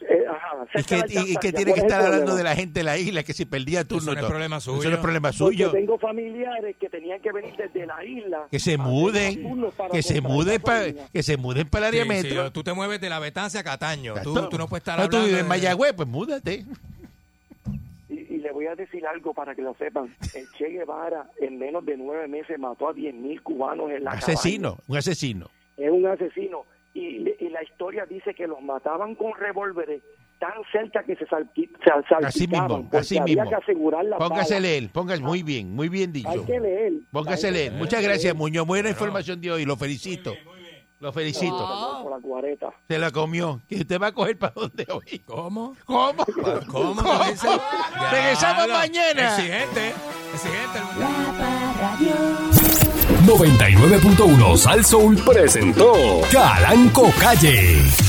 eh, ajá, Y cerca de que, y- y Alcázar, que ya tiene que cuál es el estar hablando problema. de la gente de la isla que si perdía turno. Eso no es y todo. problema Eso no suyo. es problema suyo. Porque tengo familiares que tenían que venir desde la isla. que se muden, que se muden para que se muden para el área Sí, sí, metro. yo- tú te mueves de la Betancia a Cataño. Tú, Exacto. tú no puedes estar No, tú hablando vives en de- Mayagüez, pues múdate. Y, y le voy a decir algo para que lo sepan. El Che Guevara en menos de nueve meses mató a 10.000 mil cubanos en la Asesino, un asesino. cabaña. Es un asesino. Y, y la historia dice que los mataban con revólveres tan cerca que se, salqui- se salpicaban, Así mismo, porque así había mismo. que asegurar la Póngase bala. leer, póngase, muy bien, muy bien dicho. Hay que leer. Póngase Hay que leer. leer. Muchas gracias, Muñoz. Buena Claro. información de hoy, lo felicito. Lo felicito. Con la cuareta. Se la comió. ¿Que usted va a coger para dónde hoy? ¿Cómo? ¿Cómo? ¿Cómo? Ya, Regresamos lo- mañana. Exigente, exigente. 99.1 Sal Soul presentó Calanco Calle.